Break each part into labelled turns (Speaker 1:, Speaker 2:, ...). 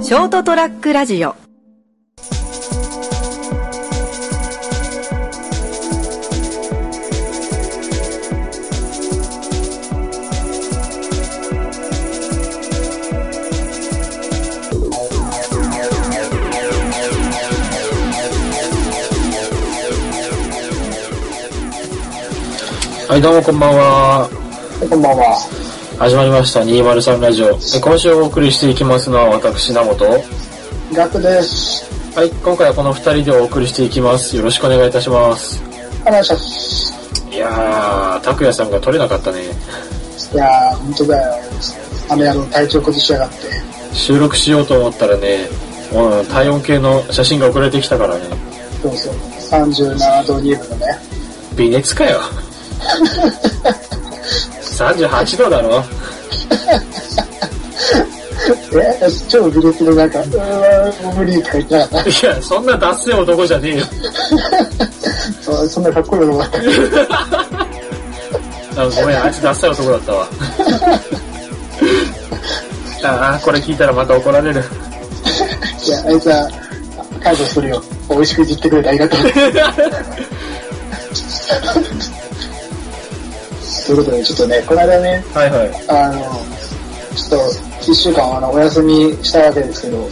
Speaker 1: ショートトラックラジオ
Speaker 2: はい、どうもこんばんは。
Speaker 3: こんばんは。
Speaker 2: 始まりました、203ラジオ。え今週お送りしていきますのは私、名本。は
Speaker 3: 楽です。
Speaker 2: い、今回はこの二人でお送りしていきます。よろしくお願いいたします。
Speaker 3: お願いします。
Speaker 2: いやー、拓也さんが取れなかったね。
Speaker 3: いやー、本当だよ。あの野郎体調崩しやがって。
Speaker 2: 収録しようと思ったらね、うん、体温計の写真が送られてきたからね。
Speaker 3: そうそう。37度2分のね。
Speaker 2: 微熱かよ。38度だろ
Speaker 3: え超微力でなんか、うーん、もう無理とか言ってなかっ
Speaker 2: いや、そんな脱線男じゃねえよ。
Speaker 3: た。そうそんなかっこいいことなかった。
Speaker 2: あごめん、あいつダサい男だったわ。ああ、これ聞いたらまた怒られる。
Speaker 3: いや、あいつは、解除するよ。美味しくいじってくれてありがとう。ということで、ちょっとね、この間ね、
Speaker 2: はいはい。
Speaker 3: あの、ちょっと、一週間あのお休みしたわけですけど、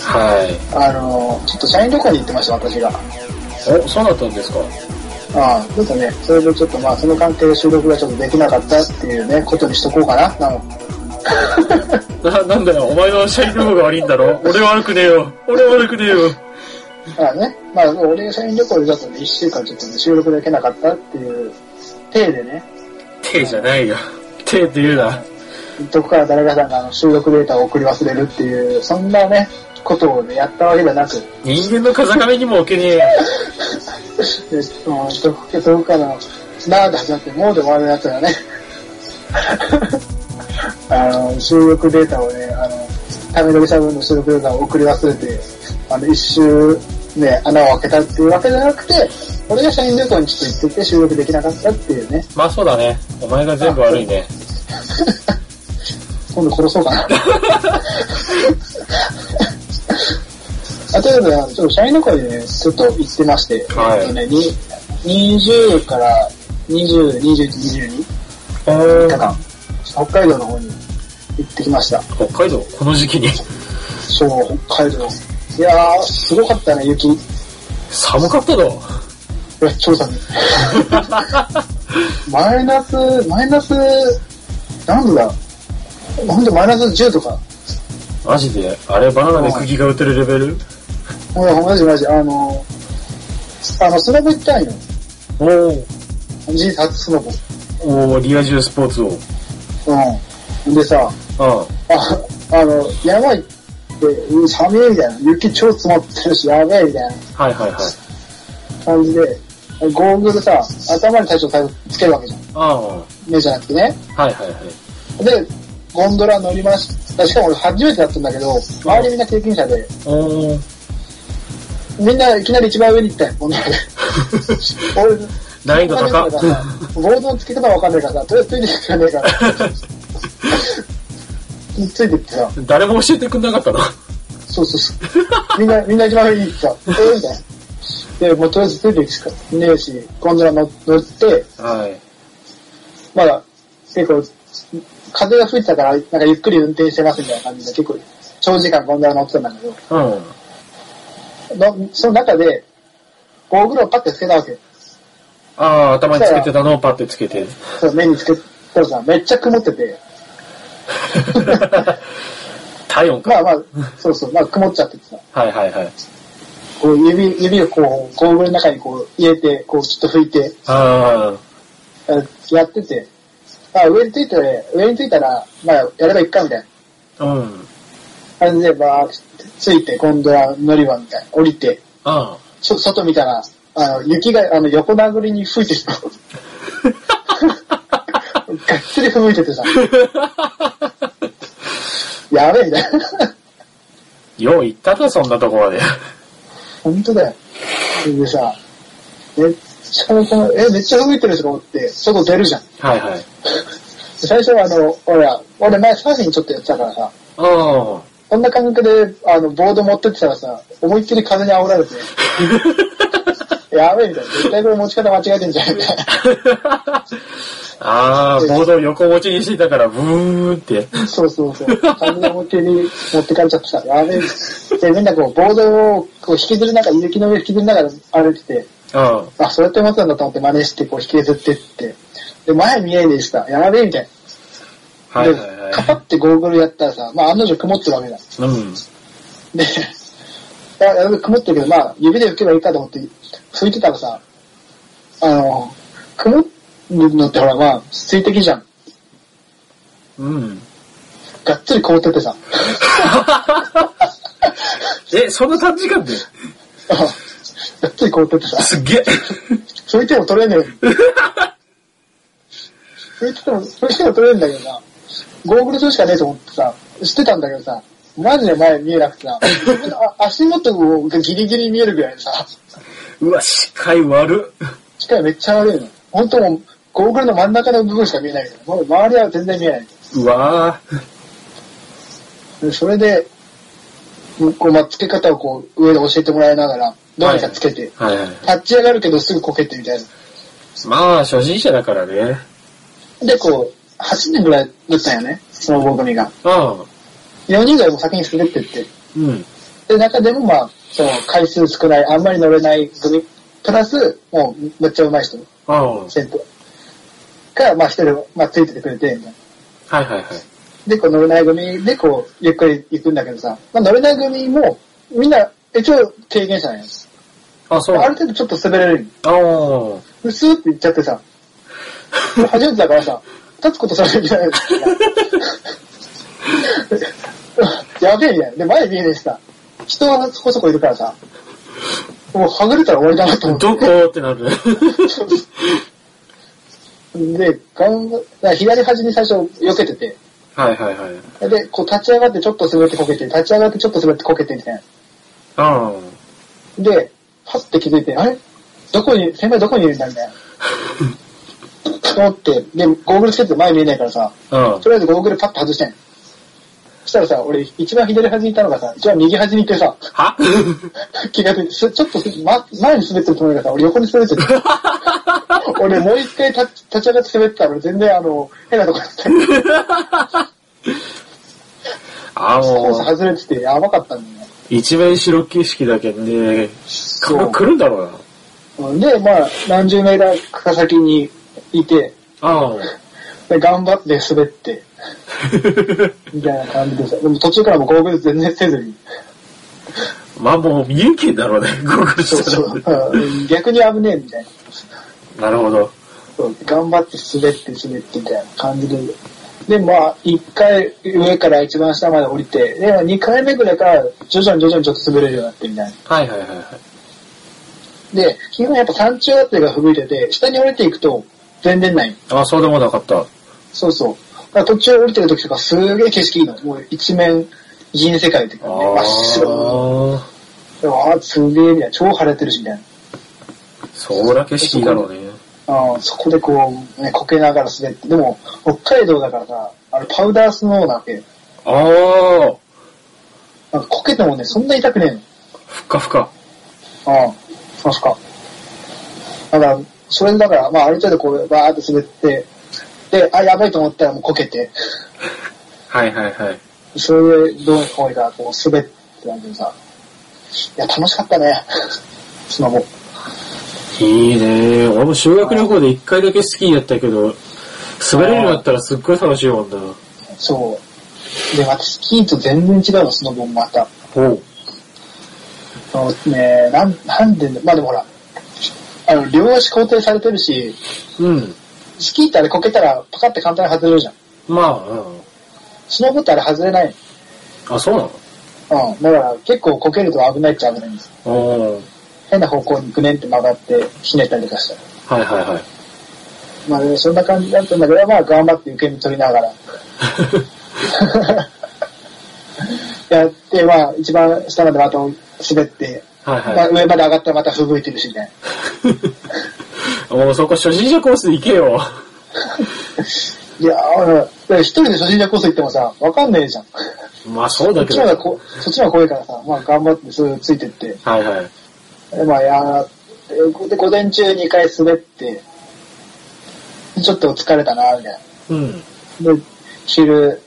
Speaker 2: は
Speaker 3: あの、ちょっと社員旅行に行ってました、私が。
Speaker 2: い。お、そうだったんですか
Speaker 3: ああ、ちょっとね、それでちょっとまあ、その関係で収録がちょっとできなかったっていうね、ことにしとこうかな。なの
Speaker 2: な、なんだよ、お前の社員の方が悪いんだろ俺悪くねえよ。俺悪くねえよ。
Speaker 3: まあね、まあ、俺が社員旅行でちょっとね、一週間ちょっとね、収録できなかったっていう、体でね、
Speaker 2: 手じゃないよ。手って言うな。
Speaker 3: どこから誰かさんがあの収録データを送り忘れるっていう、そんなね、ことをね、やったわけじゃなく、
Speaker 2: 人間の風上にも置けねえ。
Speaker 3: でそのどこかどこかの、なーで始まって、もうで終わるやつがね、 あの、収録データをね、あの、ためのりしゃ分の収録データを送り忘れて、あの、一周、ね、穴を開けたっていうわけじゃなくて、俺が社員旅行にちょっと行ってて収録できなかったっていうね、
Speaker 2: まあそうだね。お前が全部悪いね。
Speaker 3: 今度殺そうかな。あということであの、ちょっと社員旅行にね、ちょっと行ってまして、
Speaker 2: はい
Speaker 3: えっとね、に20から20、21、22、
Speaker 2: お
Speaker 3: 3日
Speaker 2: ー
Speaker 3: 間、北海道の方に行ってきました。
Speaker 2: 北海道、この時期に。
Speaker 3: そう、北海道。いやー、すごかったね、雪。い
Speaker 2: 寒かったぞ。
Speaker 3: や、超寒い。マイナス、マイナス、何度だほんとマイナス10とか。
Speaker 2: マジで、あれバナナで釘が打てるレベル
Speaker 3: ほら、マジマジ、あのー、あの、スノボ行ったんよ。
Speaker 2: おー
Speaker 3: 人生初スノボ。
Speaker 2: おーリア充スポーツを。
Speaker 3: うん。でさ、
Speaker 2: あ
Speaker 3: あ、あの、やばいって、うん寒いみたいな。雪超積もってるし、やばいみたいな
Speaker 2: あ、はいはいはい。
Speaker 3: 感じで、ゴーグルさ、頭に最初つけるわけじゃん。
Speaker 2: ああ、は
Speaker 3: 目じゃなくてね。
Speaker 2: いはいはい。
Speaker 3: で、ゴンドラ乗りました。しかも俺初めてだったんだけど、周りみんな経験者で、
Speaker 2: おー
Speaker 3: みんないきなり一番上に行ったよ、ゴン ドラで。俺、
Speaker 2: 難易度高っ。
Speaker 3: ボードの付け方わかんないからさ、とりあえずついてきてくれねえから。ついてってさ、
Speaker 2: 誰も教えてくんなかったな。
Speaker 3: そうそうそう。みんな、 みんな一番上に行ってさ、えーみたいな。で、もうとりあえずついてきてしかねえし、ゴンドラ乗乗って、
Speaker 2: はい。
Speaker 3: まだ、結構、風が吹いてたから、なんかゆっくり運転してますみたいな感じで、結構、長時間ゴンドラ乗ってたんだけど、
Speaker 2: うん。
Speaker 3: のその中で、ゴーグルをパッてつけたわけ。
Speaker 2: ああ、頭につけてたのをパッてつけて。
Speaker 3: そう目につけたらさ、めっちゃ曇ってて、
Speaker 2: 体温
Speaker 3: ま
Speaker 2: か。
Speaker 3: あまあ、そうそう、まあ曇っちゃっててさ、
Speaker 2: はいはいはい。
Speaker 3: こう指、指をこう、ゴーグルの中にこう入れて、こうちょっと拭いて、
Speaker 2: あ
Speaker 3: えやってて、あ、上について、上についたら、まあやればいっかみたいな
Speaker 2: あ、うん。
Speaker 3: 感じで、バーってついて、今度は乗り場みたいな、降りて、
Speaker 2: あ
Speaker 3: ちょ外見たら、あの、雪が、あの、横殴りに吹いてきた。がっつり吹いててさ。やべえみたいな。
Speaker 2: あ。よう言ったぞ、そんなとこまで。
Speaker 3: 本当だよ。でさ、めっちゃめちゃ、え、めっちゃ吹いてるとか思って、外出るじゃん。
Speaker 2: はいはい。
Speaker 3: 最初はあの、俺ら、俺前サーフィンちょっとやってたからさ、
Speaker 2: あ
Speaker 3: そんな感覚で、あの、ボード持ってってたらさ、思いっきり風に煽ら れて、やべえみたいな。絶対これ持ち方間違えてんじゃんみたいな。
Speaker 2: あー、ボードを横持ちにしてたから、ブーンって。
Speaker 3: そうそうそう。完全表に持ってかれちゃってた。やべえ。で、みんなこう、ボードをこう引きずりながら、雪の上引きずりながら歩いてて、
Speaker 2: うん。
Speaker 3: あ、そうやって持ってたんだと思って真似して、こう引きずってって。で、前見えねえしさ、やべえみたいな。
Speaker 2: はい
Speaker 3: で
Speaker 2: はい、
Speaker 3: カ
Speaker 2: は
Speaker 3: パってゴーグルやったらさ、まあ案の定曇ってるわけだ。
Speaker 2: い。うん。
Speaker 3: で、あやべえ曇ってるけど、まあ指で拭けばいいかと思って、拭いてたらさ、あの、曇るのってほら、まあ水滴じゃん。
Speaker 2: うん。
Speaker 3: がっつり凍っててさ。
Speaker 2: え、その短時間で
Speaker 3: がっつり凍っててさ。
Speaker 2: すっげえ。
Speaker 3: 拭いても取れねえ。拭いても、拭いても取れるんだけどな。ゴーグルするしかねえと思ってさ、してたんだけどさ、マジで前見えなくてさ、あ足元がギリギリ見えるぐらいでさ、
Speaker 2: うわ、視界悪っ。
Speaker 3: 視界めっちゃ悪いの。本当もう、ゴーグルの真ん中の部分しか見えないけど、もう周りは全然見えないう
Speaker 2: わー。
Speaker 3: で。それで、こう、まあ、つけ方をこう、上で教えてもらいながら、どうにかつけて、
Speaker 2: はいはい。
Speaker 3: 立ち上がるけどすぐこけてみたいな。
Speaker 2: まあ、初心者だからね。
Speaker 3: で、こう、8年ぐらいだったんよね、スノボー組が。
Speaker 2: う
Speaker 3: 4人ぐらいも先に滑ってって。
Speaker 2: ん。うん。
Speaker 3: で、中でもまあ、その回数少ない、あんまり乗れない組、プラス、もうめっちゃ上手い人、
Speaker 2: うん。
Speaker 3: 先頭が、まあ一人、まあついててくれて、みたいな
Speaker 2: はいはいはい。
Speaker 3: で、こう乗れない組で、こう、ゆっくり行くんだけどさ、まあ乗れない組も、みんな、一応経験者なんや。
Speaker 2: あ、そう。
Speaker 3: あ
Speaker 2: あ
Speaker 3: る程度ちょっと滑れる。
Speaker 2: ー。
Speaker 3: うすーって言っちゃってさ、初めてだからさ、立つことされるじゃないですか。やべえみたいな。で、前見えねえしさ、人はそこそこいるからさ、もうはぐれたら終わりだなと思って。
Speaker 2: どこってな る。
Speaker 3: で、頑張だから左端に最初避けてて、
Speaker 2: はいはいはい。うん。
Speaker 3: で、こう立ち上がってちょっと滑ってこけて、立ち上がってちょっと滑ってこけてみたいな。で、はって気づいて、あれどこに、先輩どこにいるんだみたいな。と思って、で、ゴーグルつけてて前見えないからさ、
Speaker 2: うん
Speaker 3: と。りあえずゴーグルパッと外してん。そしたらさ、俺、一番左端にいたのがさ、一番右端にいてさ、
Speaker 2: は
Speaker 3: 気がついて、すちょっとす、ま、前に滑ってると思うけどさ、俺横に滑ってる。俺、もう一回立ち立ち上がって滑ってたら、全然あの、変なとこだった。
Speaker 2: あ
Speaker 3: コー
Speaker 2: も
Speaker 3: ス
Speaker 2: う、
Speaker 3: 外れてて、やばかったんだよね。
Speaker 2: 一面白景色だけで、顔が来るんだろう
Speaker 3: うんで、まあ、何十メーターか先にいて、
Speaker 2: な。うん。
Speaker 3: で、頑張って滑って、みたいな感じでさ、でも途中からもうゴーグル全然せずに、
Speaker 2: まあもう、三重県だ ろうね、ゴーグル
Speaker 3: そう
Speaker 2: した
Speaker 3: そ
Speaker 2: ら
Speaker 3: う、うん逆に危ねえみたいな。
Speaker 2: なるほど。
Speaker 3: そう頑張って滑って滑ってみたいな感じで。で、まあ、一回上から一番下まで降りて、で、まあ二回目ぐらいから徐々に徐々にちょっと滑れるようになってみたいな。
Speaker 2: はいはいはいはい。
Speaker 3: で、基本やっぱ山中あたりが吹雪いてて、下に降りていくと全然ない。
Speaker 2: あ、そうでもなかった。
Speaker 3: そうそう。だから途中降りてる時とかすげえ景色いいの。もう一面銀世界って感じで、真っ
Speaker 2: あ
Speaker 3: 白。
Speaker 2: あ。
Speaker 3: でもあー、すげえみたいな。超晴れてるしみたいな。
Speaker 2: そりゃ景色いいだろうね。
Speaker 3: あーそこでこう、ね、こけながら滑って。でも、北海道だからさ、あれパウダースノーなわけよ。
Speaker 2: ああ。
Speaker 3: なんかこけてもね、そんな痛くねえの。
Speaker 2: ふっかふか。
Speaker 3: ああ、そうっすか。だから、それだから、まあ、ある程度こう、バーって滑って、で、あ、やばいと思ったらもうこけて、
Speaker 2: はいはいはい。
Speaker 3: それでどうにかこうにか、こう、滑ってなんでさ、いや、楽しかったね、スノボ。
Speaker 2: いいね俺も修学旅行で一回だけスキーやったけど、滑れるようになったらすっごい楽しいもんだ。
Speaker 3: そう。で、またスキーと全然違うの、スノボもまた。
Speaker 2: ほう。
Speaker 3: あのねなん、なんで、まあでもほら、あの、両足固定されてるし、
Speaker 2: うん。
Speaker 3: スキーってあれこけたら、パカって簡単に外れるじゃん。
Speaker 2: まあ、うん。
Speaker 3: スノボってあれ外れない
Speaker 2: あ、そうなの
Speaker 3: の。うん。だから、結構こけると危ないっちゃ危ないんです
Speaker 2: おー。
Speaker 3: 変な方向にぐねんって曲がって、ひねったりとかしたら。
Speaker 2: はいはいはい。
Speaker 3: まあ、でもそんな感じだったんだけど、まあ、頑張って受け身取りな がら。やって、まあ、一番下までまた滑って、
Speaker 2: はい
Speaker 3: まあ、
Speaker 2: は
Speaker 3: 上まで上がったらまた吹雪いてるしね。
Speaker 2: い。もうそこ初心者コースで行けよ。
Speaker 3: いやー、一人で初心者コース行ってもさ、わかんねえじゃん。
Speaker 2: まあそう
Speaker 3: そ
Speaker 2: だ
Speaker 3: っ
Speaker 2: け
Speaker 3: ち
Speaker 2: ど
Speaker 3: の。方がこそっちの方が怖いからさ、まあ頑張ってそれついてって、
Speaker 2: はいはい。
Speaker 3: でまあやって、で、午前中2回滑って、ちょっと疲れたな、みたい
Speaker 2: うん。
Speaker 3: な。で、昼、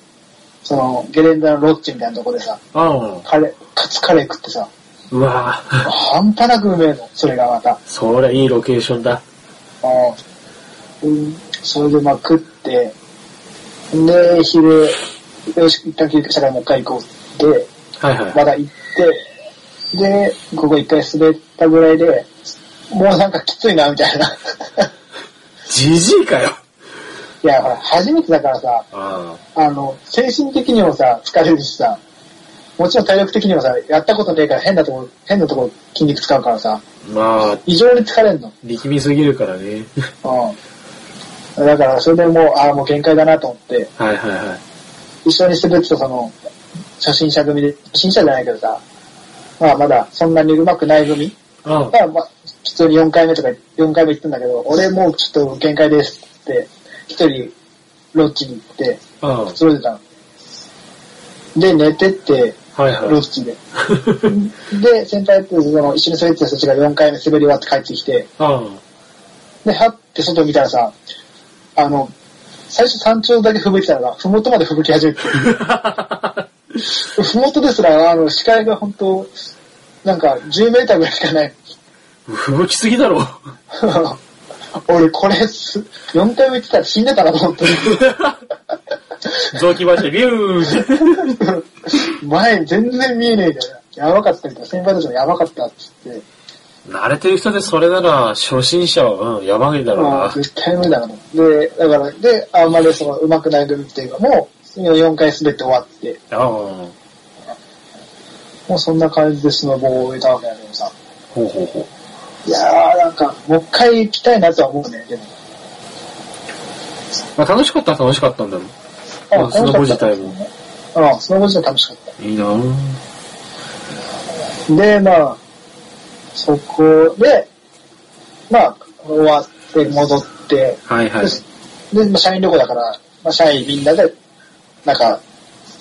Speaker 3: その、ゲレンダのロッジみたいなとこでさ、
Speaker 2: ああ。
Speaker 3: カレー、カツカレー食ってさ、
Speaker 2: うわぁ。
Speaker 3: 半端なくうめえの、それがまた。
Speaker 2: そりゃいいロケーションだ。
Speaker 3: うん、それでまあ食って、で、昼、よし、一旦休憩したからもう一回行こうって、
Speaker 2: はいは
Speaker 3: まだ行って、で、ここ一回滑ったぐらいで、もうなんかきついな、みたいな。
Speaker 2: い。じじいかよ。
Speaker 3: いや、ほら、初めてだからさ、
Speaker 2: あ
Speaker 3: あの、精神的にもさ、疲れるしさ、もちろん体力的にもさ、やったことねえから変なとこ、変なとこ筋肉使うからさ、
Speaker 2: あ。まあ、
Speaker 3: 異常に疲れんの。
Speaker 2: 力みすぎるから ね。
Speaker 3: うん。だから、それでもう、ああ、もう限界だなと思って、
Speaker 2: はいはいはい。
Speaker 3: 一緒に滑ってたその、初心者組で、初心者じゃないけどさ、まあまだそんなに上手くない組
Speaker 2: あ
Speaker 3: まあまあ、普通に4回目とか、4回目行ったんだけど、俺もうちょっと限界ですって、一人、ロッチに行って、
Speaker 2: あ。ああ。
Speaker 3: それでたの。で、寝てって、
Speaker 2: はい
Speaker 3: ロ
Speaker 2: は
Speaker 3: ッチで。 で、先輩って、その、一緒に滑ってた人たちが4回目滑り終わって帰ってきて、
Speaker 2: い。
Speaker 3: で、はって外見たらさ、あの、最初山頂だけ吹雪いてたのが、ふもとまで吹雪き始めて、
Speaker 2: ああ。
Speaker 3: ふもとですら、あの、視界が本当なんか10メーターぐらいしかない。
Speaker 2: ふぶきすぎだ ろ。
Speaker 3: 俺、これす、4回も言ってたら死んでたなと思って。
Speaker 2: 臓器橋、ビューン
Speaker 3: 前、全然見えねえから、やばかったみたいな。先輩たちもやばかったっつって。
Speaker 2: 慣れてる人でそれなら、初心者は、うん、やばいだろう
Speaker 3: まあ、
Speaker 2: な。
Speaker 3: 絶対無理だなと。で、だから、で、あんまりその、上手くない組っていうか、もう、4回滑って終わって、
Speaker 2: ああ。ほ
Speaker 3: もうそんな感じでスノボを終えたわけだけどさ。
Speaker 2: うほうほ
Speaker 3: いやー、なんか、もう一回行きたいなとは思うね、でも。
Speaker 2: う。まあ、楽しかったら楽しかったんだろう。
Speaker 3: あ
Speaker 2: スノボ自体も。
Speaker 3: うん、スノボ自体楽しかった。
Speaker 2: いいなぁ。
Speaker 3: で、まあ、そこで、まあ、終わって戻って、
Speaker 2: はいはい。
Speaker 3: で、まあ、社員旅行だから、まあ、社員みんなで、なんか、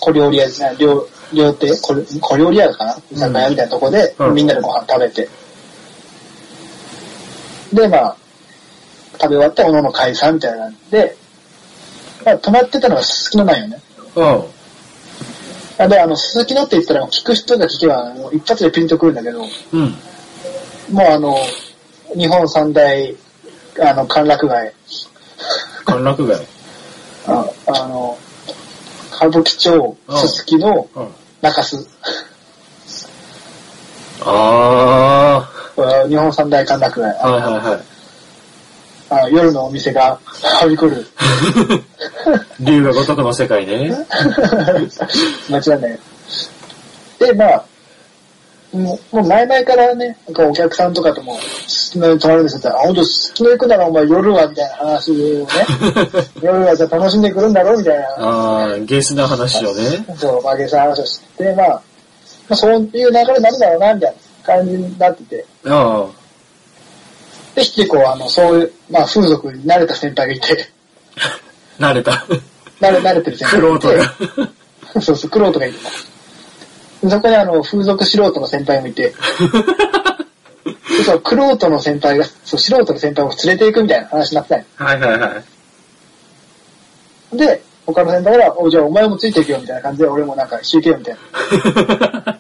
Speaker 3: 小料理屋、な料料亭小小料理屋かな居酒屋みたいなとこで、
Speaker 2: うん
Speaker 3: みんなでご飯食べて。で、まあ、食べ終わって、おのおの解散みたいなんで、まあ、泊まってたのがすすきのなんよね。
Speaker 2: あ
Speaker 3: あで、あの、すすきのって言ったら、聞く人が聞けば、もう一発でピンとくるんだけど、
Speaker 2: うん。
Speaker 3: もうあの、日本三大、あの、歓楽街、
Speaker 2: 歓楽街。
Speaker 3: ああの、歌舞伎町、
Speaker 2: うん
Speaker 3: すすきの、
Speaker 2: うん。
Speaker 3: 中洲、
Speaker 2: あ
Speaker 3: あ日本三大歓楽街、
Speaker 2: あ。はい は
Speaker 3: あ夜のお店がはびこる、
Speaker 2: いはい。竜が如くの世界ね。
Speaker 3: 街なんだよ。で、まあ、もう、もう前々からね、なんかお客さんとかとも、すすきのに泊まるんですよって言ったら、あ、ほんと、すすきの行くならお前夜は、みたいな話をね、夜はじゃあ楽しんでくるんだろ、みたいな。
Speaker 2: ああ、ゲスな話をね。
Speaker 3: そう、曲げさ話をして、まあ、まあ、そういう流れになるだろうな、みたいな感じになってて。
Speaker 2: あ
Speaker 3: で、結構、あの、そういう、まあ、風俗に慣れた先輩がいて、
Speaker 2: あ、慣れ た。
Speaker 3: 慣れ、慣れてる先
Speaker 2: ク
Speaker 3: 輩が
Speaker 2: ロー
Speaker 3: い
Speaker 2: トが。
Speaker 3: て、そうそう、クロートがいて。そこにあの、風俗素人の先輩もいて、でそう、クロートの先輩が、そう、素人の先輩を連れて行くみたいな話になってたんよ
Speaker 2: はいはい はい。
Speaker 3: で、他の先輩が、お、じゃあお前もついていくよ、みたいな感じで、俺もなんか、引いてよ、みたいな。感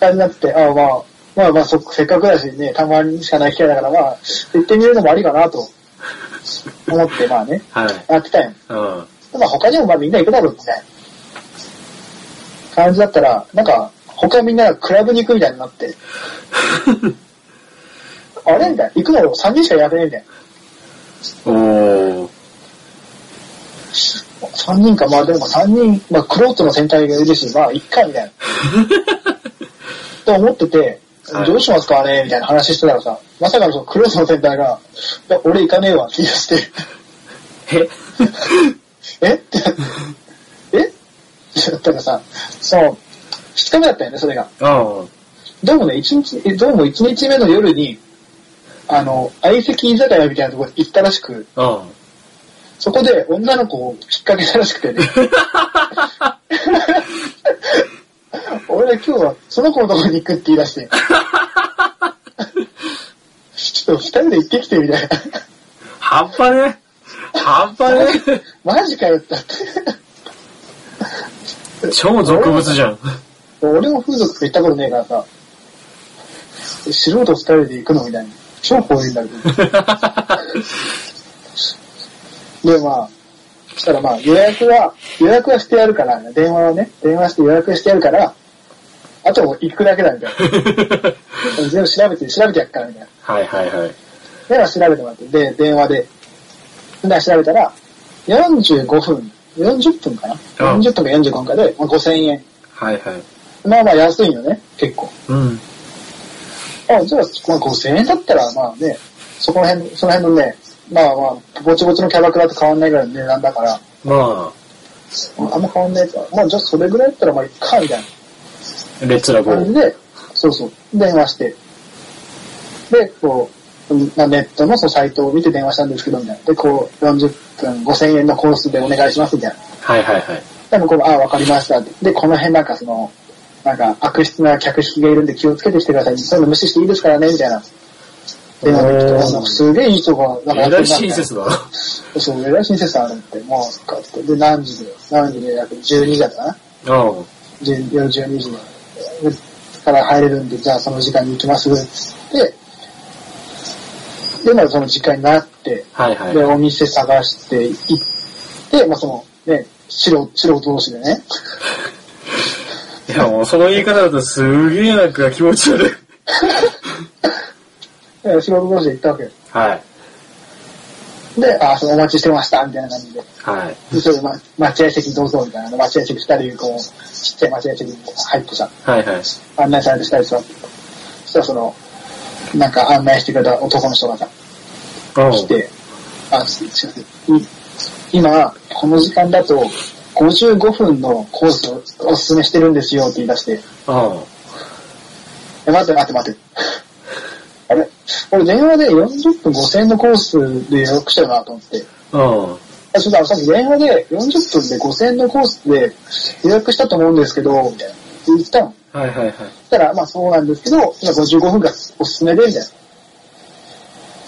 Speaker 3: じになってて、ああまあ、まあまあそ、せっかくだしね、たまにしかない機会だからまあ、行ってみるのもありかなと、思ってまあね、
Speaker 2: はい。
Speaker 3: やってたんよ。
Speaker 2: うん。
Speaker 3: でまあ他にもまあみんな行くだろうみたいな感じだったら、なんか、他みんなクラブに行くみたいにな って、あれみたいな、行くだろう、3人しかやべねえみたいな。
Speaker 2: おー。
Speaker 3: 3人か、まあでも3人、まあクロートの先輩がいるし、まあいっか、みたいな。と思ってて、
Speaker 2: はい
Speaker 3: どうしますかねみたいな話してたらさ、まさかのそのクロートの先輩が、いや、俺行かねえわって言い出して、
Speaker 2: え
Speaker 3: えって、 えって言ったらさ、その、2日目だったよね、それが。
Speaker 2: ああ。
Speaker 3: どうもね、一日、えどうも1日目の夜に、あの、相席居酒屋みたいなとこ行ったらしく、
Speaker 2: あ
Speaker 3: そこで女の子を引っ掛けたらしくてね。今日はその子のところに行くって言い出して。ちょっと二人で行ってきてみたいな。
Speaker 2: 半端ね。半端ね。
Speaker 3: マジかよってなって。
Speaker 2: 超俗物じゃん。
Speaker 3: 俺も風俗とか行ったことねえからさ、素人二人で行くのみたいな。超怖いんだけど。で、まあ、そしたらまあ予約は、予約はしてやるから、電話をね、電話して予約してやるから、あともう行くだけだみたいな。全部調べて、調べてやっからみたいな。
Speaker 2: はいはいはい。
Speaker 3: で、まあ調べてもらって、で、電話で。で、調べたら、45分、40分かな、
Speaker 2: うん
Speaker 3: ?40 分か45分かで、まあ、5000円。
Speaker 2: はいはい。
Speaker 3: まあまあ安いよね、結構。
Speaker 2: うん。
Speaker 3: あ、じゃあ、まあ、5000円だったら、まあね、そこら辺、その辺のね、まあまあ、ぼちぼちのキャバクラと変わんないぐらいの値段だから、
Speaker 2: ま
Speaker 3: あんま変わんないから、まあじゃあそれぐらいだったらまあいっか、みたい
Speaker 2: あ、レッツラ
Speaker 3: な
Speaker 2: ゴ
Speaker 3: 感じ
Speaker 2: ー。
Speaker 3: で、そうそう、電話して。で、こう、うんまあ、ネットのそのサイトを見て電話したんですけど、みたいな。で、こう、40分5000円のコースでお願いします、みたいな。
Speaker 2: はいはいはい。
Speaker 3: で、向こうが、ああ、わかりましたって。で、この辺なんかその、なんか悪質な客引きがいるんで気をつけてきてください。そういうの無視していいですからね、みたいな。で、なんか来て
Speaker 2: おー
Speaker 3: なんかすげえいい人が、なん
Speaker 2: え
Speaker 3: かって
Speaker 2: ら
Speaker 3: る
Speaker 2: い
Speaker 3: なみ
Speaker 2: 親
Speaker 3: たい
Speaker 2: 切だな。
Speaker 3: な。そう、偉い親切だなって、もう、そっかって。で、何時で、何時で約12時だったかな。
Speaker 2: うん。
Speaker 3: 10夜12時で。でから入れるんで、じゃあその時間に行きます、つって。で、まあその時間になって、
Speaker 2: はいはい
Speaker 3: で、。お店探して行って、まあその、ね、素人、素人同士でね。
Speaker 2: いやもうその言い方だとすげえなんか気持ち悪い。
Speaker 3: えー仕事同士で行ったわけよ。
Speaker 2: はい。
Speaker 3: で、あ、そのお待ちしてました、みたいな感じで。
Speaker 2: はい。
Speaker 3: で、それで、ま、待合席どうぞ、みたいな。待合席二人、こう、ちっちゃい待合席に入ってさ、
Speaker 2: はいはい。
Speaker 3: 案内されて二人座って。そしたらその、なんか案内してくれた男の人がさ、来
Speaker 2: う
Speaker 3: て、あ、すいません。い今、この時間だと、55分のコースをおすすめしてるんですよって言い出して、
Speaker 2: ん。うん。
Speaker 3: え、待って待って待って。あれ俺電話で40分5000円のコースで予約したよなと思って。
Speaker 2: うん。
Speaker 3: あ、そうだ、さっき電話で40分で5000円のコースで予約したと思うんですけど、みたいな。言ったの。
Speaker 2: はいはいはい。
Speaker 3: そしたら、まあそうなんですけど、今55分がおすすめで、みたいな。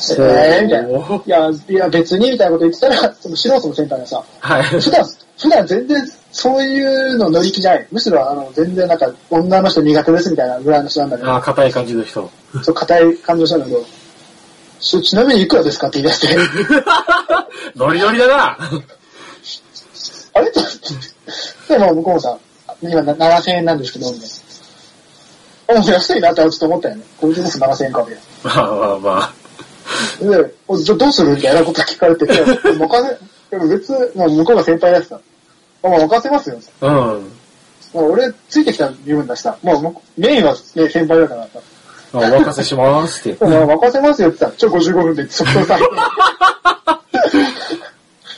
Speaker 3: えー、みたい
Speaker 2: おー
Speaker 3: な。いや、いや別に、みたいなこと言ってたら、 その素人のセンターがさ、
Speaker 2: はい。
Speaker 3: 普段、普段全然そういうの乗り気じゃない。むしろ、あの、全然なんか、女の人苦手ですみたいなぐらいの人なんだけど、
Speaker 2: ああ、硬い感じの人。
Speaker 3: そう、硬い感情したんだけど、ちちなみにいくらですかって言い出して、
Speaker 2: ノリノリだな。
Speaker 3: あれと 思って。でも向こうもさ、今な7000円なんですけど、みたいな。あ、もう安いなってちょっと思ったよね。55分7000円か、みたい
Speaker 2: まあまあまあ。
Speaker 3: な。で、おじゃあどうするみたいなこと聞かれてて、お金、でも別、もう向こうが先輩だしさ、あもう任せますよ。
Speaker 2: うん。
Speaker 3: もう俺、ついてきた部分だしさ、もうもうメインは、ね、先輩だからさ、
Speaker 2: お任せしますって。
Speaker 3: お前任せますよって言ったら、ちょ、55分で、そっとさ、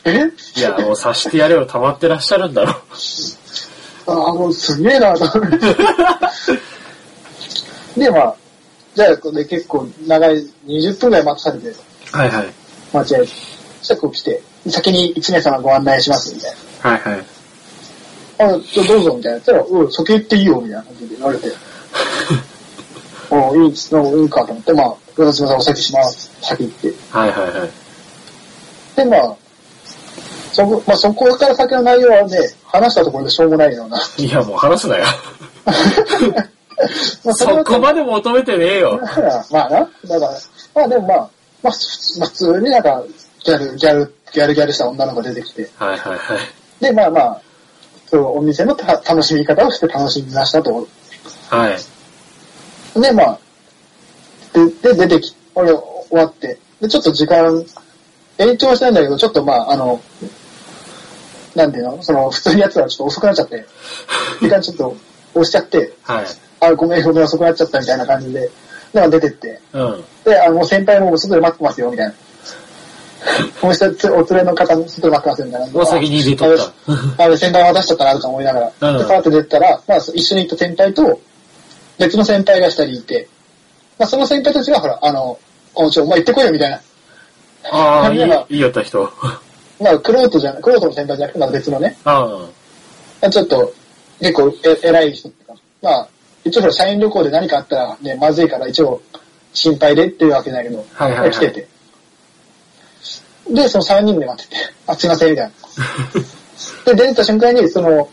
Speaker 3: え
Speaker 2: いや、もう察してやれよ、溜まってらっしゃるんだろ。
Speaker 3: あもうすげえなと思って。で、まあ、じゃあ、これ結構長い、20分ぐらい待たされて、
Speaker 2: はいはい。
Speaker 3: 待ち合い、そしたらこう来て、先に1名様ご案内します、みたい
Speaker 2: はいはい。
Speaker 3: な。あ、じゃあどうぞ、みたいな。そしたら、うん、先行っていいよ、みたいな感じで言わ れて。おいいっす、うんいいかと思って、まあ、浦島さんお先します。先行って。
Speaker 2: はいはいはい。
Speaker 3: で、まあ、そこ、まあ、そこから先の内容はね、話したところでしょうもな いような。
Speaker 2: いや、もう話すなよ。
Speaker 3: まあ、
Speaker 2: そ
Speaker 3: れは
Speaker 2: こまで求めてねえよ
Speaker 3: だ。から、まあな、だから、まあでもまあ、まあ、ふまあ普通になんか、ギャル、ギャル、ギャルギャルした女の子が出てきて、
Speaker 2: はいはいはい。
Speaker 3: で、まあまあ、そう、お店のた楽しみ方をして楽しみましたと。
Speaker 2: はい。
Speaker 3: で、まあ、で、で、出てき、俺、終わって、で、ちょっと時間、延長したいんだけど、ちょっとまあ、あの、なんていうのその、普通にやつはちょっと遅くなっちゃって、時間ちょっと押しちゃって、
Speaker 2: はい。
Speaker 3: あ、ごめん、ごめん、遅くなっちゃったみたいな感じで、で、まあ出てって、
Speaker 2: うん。
Speaker 3: で、あの、先輩も外で待ってますよ、みたいな。もう一つ、お連れの方も外で待ってますよ、みたいな。。
Speaker 2: お先に出とった
Speaker 3: あれ、先輩渡しちゃったな、とか思いながら。
Speaker 2: うん
Speaker 3: で、パーって出てたら、まあ、一緒に行った先輩と、別の先輩が二人いて、まあ、その先輩たちが、ほら、あの、おちょ、お前行ってこいよ、みたいな。
Speaker 2: ああ、いい、いいよった人。
Speaker 3: まあ、クロートじゃな、クロートの先輩じゃなくて、まあ、別のね、
Speaker 2: あ
Speaker 3: ちょっと、結構、え、偉い人っていうか、まあ、一応ほら社員旅行で何かあったらね、まずいから一応心配でっていうわけだけど、
Speaker 2: はいはいはい
Speaker 3: 来てて。で、その3人で待ってて、あ、すいません、みたい な。で、出てった瞬間に、その、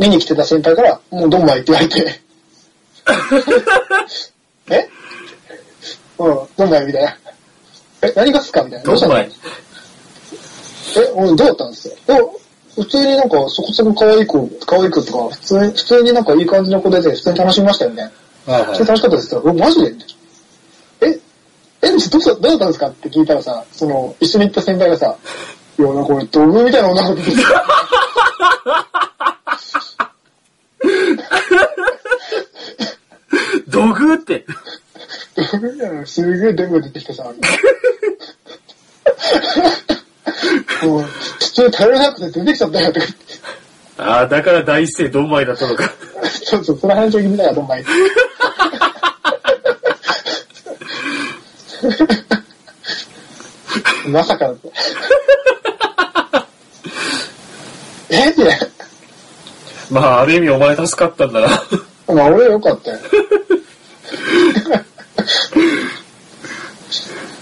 Speaker 3: 見に来てた先輩から、もうどんまいって言わ れて。えうん、どんまいみたいな。え、何がっすかみたいな。どうし
Speaker 2: ど
Speaker 3: た
Speaker 2: ん
Speaker 3: の
Speaker 2: まい。
Speaker 3: え、俺どうだったんですよ。でも普通になんかそこそこ可愛い子、可愛い子とか、普通に、普通になんかいい感じの子出て、普通に楽しみましたよね。
Speaker 2: はい
Speaker 3: 普通に楽しかったですよ。おマジでみたいなえ、え、どうしたどうだったんですかって聞いたらさ、その、一緒に行った先輩がさ、いや、なんか俺、土偶みたいな女の子出てきた。
Speaker 2: 土偶って。
Speaker 3: 土偶みたいなのすげえデブ出てきた さ、もう、普通に頼れなくて出てきちゃったよとか言って。
Speaker 2: ああ、だから第一声ドンマイだったのか。
Speaker 3: そうそう、その話を聞いたから、どんまい。まさかだった。えって。
Speaker 2: まあ、ある意味お前助かったんだな。
Speaker 3: まあ、俺はよかったよ。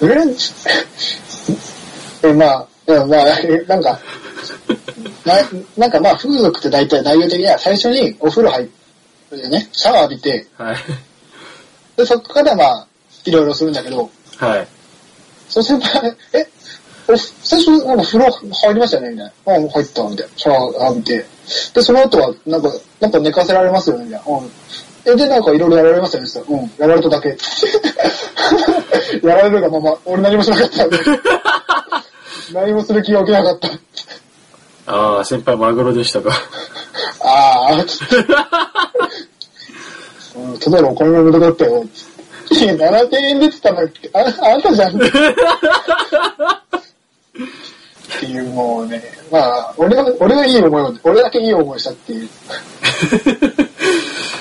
Speaker 3: 俺え、まあ、いやまあ、えなんか、ななんかまあ、風俗って大体内容的には最初にお風呂入るよね。シャワー浴びて、
Speaker 2: はい。
Speaker 3: で、そこからまあ、いろいろするんだけど、
Speaker 2: はい。
Speaker 3: その先輩、え、俺最初なんか風呂入りましたよねみたいな。あ、もう入った、みたいな。シャワー浴びて。で、その後は、なんか、なんか寝かせられますよねみたいな。うん。え、で、なんかいろいろやられましたよねって言ったらうん、やられただけ。 やられるがまま、俺何もしなかった。何もする気が起きなかった。
Speaker 2: ああ、先輩マグロでしたか。
Speaker 3: ああ、つって。うん、ただのお金の無駄だったよ。いや、7点円出てたのあ、あんたじゃん。っていう、もうね、まあ、俺は、俺はいい思いを、俺だけいい思いしたっていう、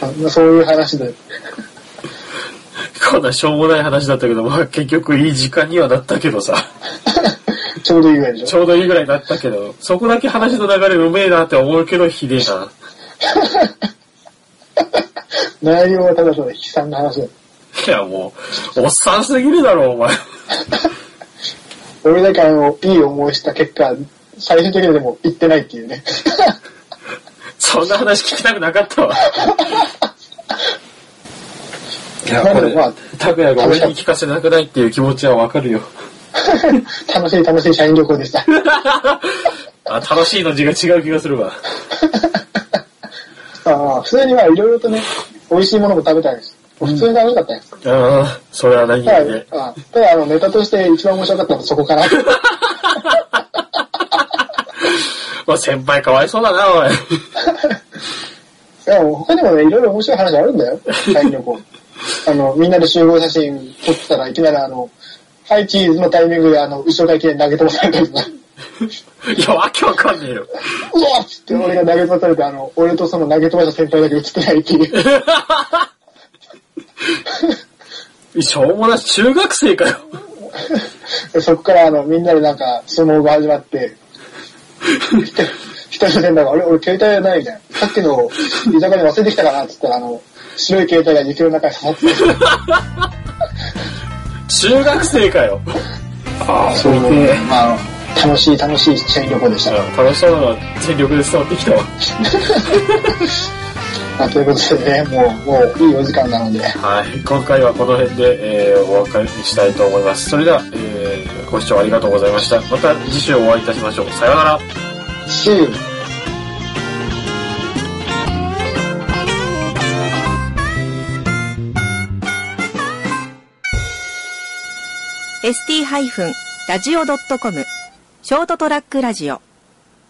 Speaker 3: あんなそういう話で。
Speaker 2: こんなしょうもない話だったけど、まあ結局いい時間にはなったけど さ。
Speaker 3: ちょうどいいぐらいでし
Speaker 2: ちょうどいいぐらいだったけど、そこだけ話の流れうめえなって思うけどひでえ な。
Speaker 3: ょ。内容はただただ悲惨な話だ。
Speaker 2: いやもう、おっさんすぎるだろ、お前。
Speaker 3: 俺だけあの、いい思いした結果、最終的にでも行ってないっていうね。
Speaker 2: そんな話聞きたくなかったわ。いや、
Speaker 3: まあ
Speaker 2: こ
Speaker 3: でもまあ
Speaker 2: れ、拓也が俺に聞かせなくないっていう気持ちはわか るよ。
Speaker 3: 楽しい楽しい社員旅行でした。
Speaker 2: あ、楽しいの字が違う気がするわ。
Speaker 3: ああ、普通にまあいろいろとね、美味しいものも食べたいです。普通に楽しかったです。
Speaker 2: ああ、それは何
Speaker 3: た
Speaker 2: より
Speaker 3: だ
Speaker 2: ね、。
Speaker 3: ああただあの、ネタとして一番面白かったのはそこ かな。
Speaker 2: まあ、先輩かわいそうだな、おい。
Speaker 3: でも他にもね、いろいろ面白い話あるんだよ。社員旅 行。あの、みんなで集合写真撮ってたらいきなりあの、ハイチーズのタイミングであの、後ろからいきなり投げ飛ばされたりとか。
Speaker 2: いや、わけわかんねえよ。
Speaker 3: うわっつって俺が投げ飛ばされて、あの、俺とその投げ飛ばした先輩だけ映ってないっていう。
Speaker 2: しょうもな、中学生かよ。
Speaker 3: でそこからあの、みんなでなんか、相撲が始まって、 一人の先輩が、あれ俺携帯がないみたいな。さっきの居酒屋に忘れてきたかなって言ったら、あの、白い携帯が雪の中に刺さってて、
Speaker 2: 中学生かよ。ああ、 そう言って。
Speaker 3: まあ、楽しい楽しい社員旅行でした。
Speaker 2: うん楽しそうなのが全力で伝わってきたわ。
Speaker 3: まあ、ということでね、もう、もういいお時間なので、
Speaker 2: はい、今回はこの辺で、えーお別れにしたいと思います。それでは、えーご視聴ありがとうございました。また次週お会いいたしましょう。さようなら。
Speaker 3: See you!
Speaker 1: ST-radio.com ショートトラックラジオ